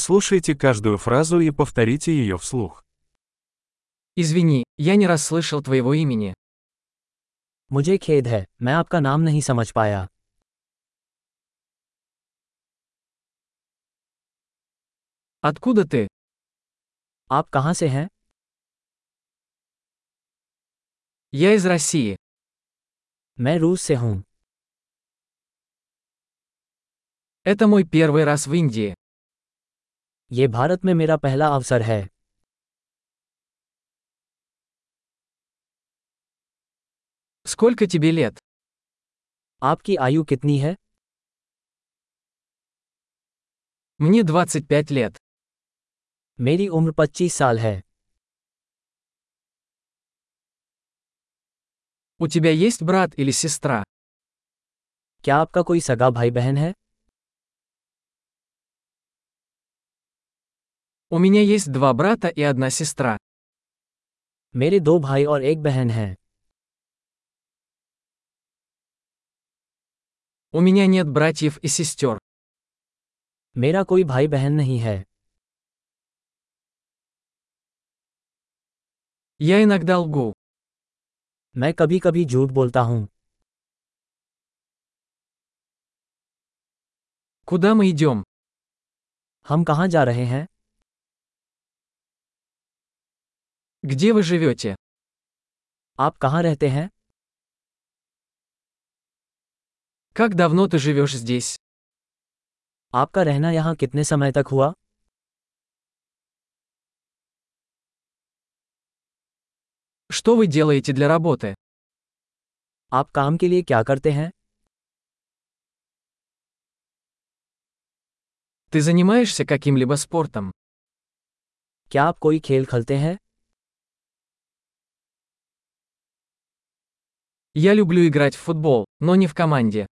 Прослушайте каждую фразу и повторите ее вслух. извини, я не расслышал твоего имени. मुझे खेद है मैं आपका नाम नहीं समझ पाया Откуда ты? आप कहाँ से हैं Я из России. मैं रूस से हूँ Это мой первый раз в Индии. ये भारत में मेरा पहला अवसर है Сколько тебе лет? आपकी आयु कितनी है Мне 25 лет. मेरी उम्र 25 साल है У тебя есть брат или сестра? क्या आपका कोई सगा भाई बहन है У меня есть два брата и одна сестра. मेरे दो भाई और एक बहन है У меня нет братьев и сестер. मेरा कोई भाई बहन नहीं है Я иногда лгу. मैं कभी कभी झूठ बोलता हूँ Куда мы идем? हम कहाँ जा रहे हैं Где вы живете? आप कहाँ रहते हैं Как давно ты живешь здесь? आपका रहना यहाँ कितने समय तक हुआ Что вы делаете для работы? आप काम के लिए क्या करते हैं Ты занимаешься каким-либо спортом? क्या आप कोई खेल खेलते हैं Я люблю играть в футбол, но не в команде.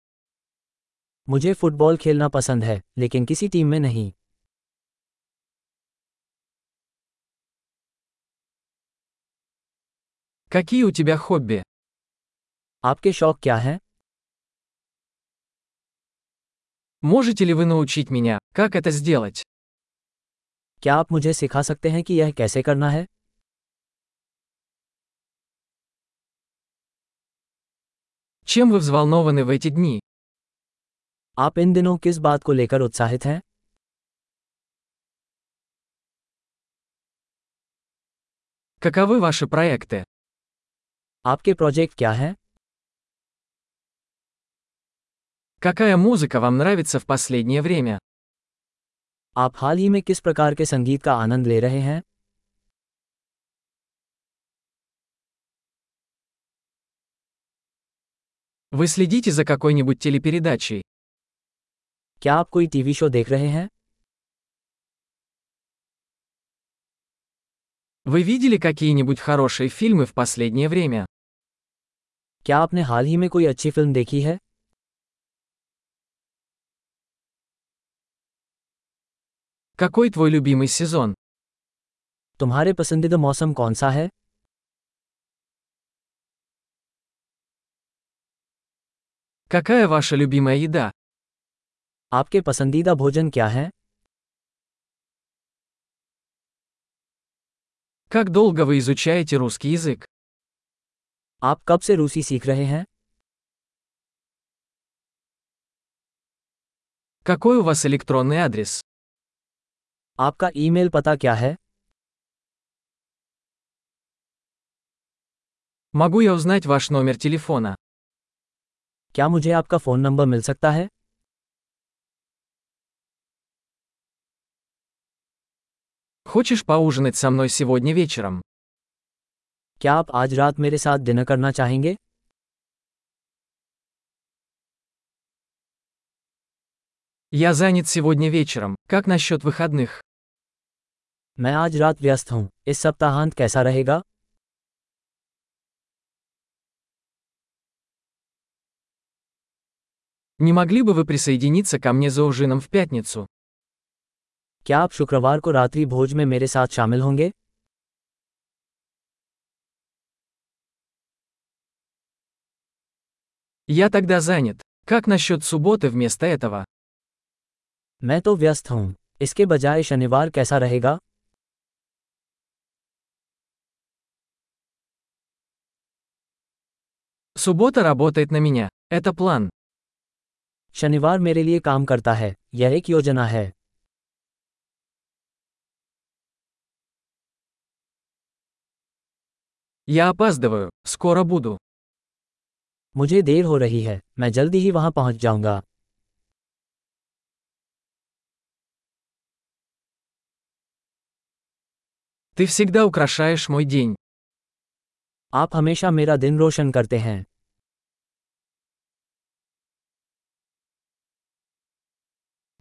मुझे फुटबॉल खेलना पसंद है लेकिन किसी टीम में नहीं Какие у тебя хобби? आपके शौक क्या हैं Можете ли вы научить меня, как это сделать? क्या आप मुझे सिखा सकते हैं कि यह कैसे करना है Чем вы взволнованы в эти дни? आप इन दिनों किस बात को लेकर उत्साहित हैं Каковы ваши проекты? आपके प्रोजेक्ट क्या हैं Какая музыка вам нравится в последнее время? आप हाल ही में किस प्रकार के संगीत का आनंद ले रहे हैं Вы следите за какой-нибудь телепередачей? क्या आप कोई टीवी शो देख रहे हैं Вы видели какие-нибудь хорошие фильмы в последнее время? क्या आपने हाल ही में कोई अच्छी फिल्म देखी है Какой твой любимый сезон? तुम्हारे पसंदीदा मौसम कौन सा है Какая ваша любимая еда? आपके पसंदीदा भोजन क्या है Как долго вы изучаете русский язык? आप कब से रूसी सीख रहे हैं Какой у вас электронный адрес? आपका ईमेल पता क्या है Могу я узнать ваш номер телефона? क्या मुझे आपका फ़ोन नंबर मिल सकता है Хочешь поужинать со мной сегодня вечером? क्या आप आज रात मेरे साथ डिनर करना चाहेंगे Я занят сегодня вечером. Как насчет выходных? मैं आज रात व्यस्त हूँ इस सप्ताहांत कैसा रहेगा Не могли бы вы присоединиться ко мне за ужином в пятницу? क्या आप शुक्रवार को रात्रि भोज में मेरे साथ शामिल होंगे Я тогда занят. Как насчет субботы вместо этого? मैं तो व्यस्त हूँ इसके बजाय शनिवार कैसा रहेगा Суббота работает на меня. Это план. शनिवार मेरे लिए काम करता है यह एक योजना है Я опаздываю. Скоро буду. मुझे देर हो रही है मैं जल्दी ही वहां पहुंच जाऊंगा Ты всегда украшаешь мой день. आप हमेशा मेरा दिन रोशन करते हैं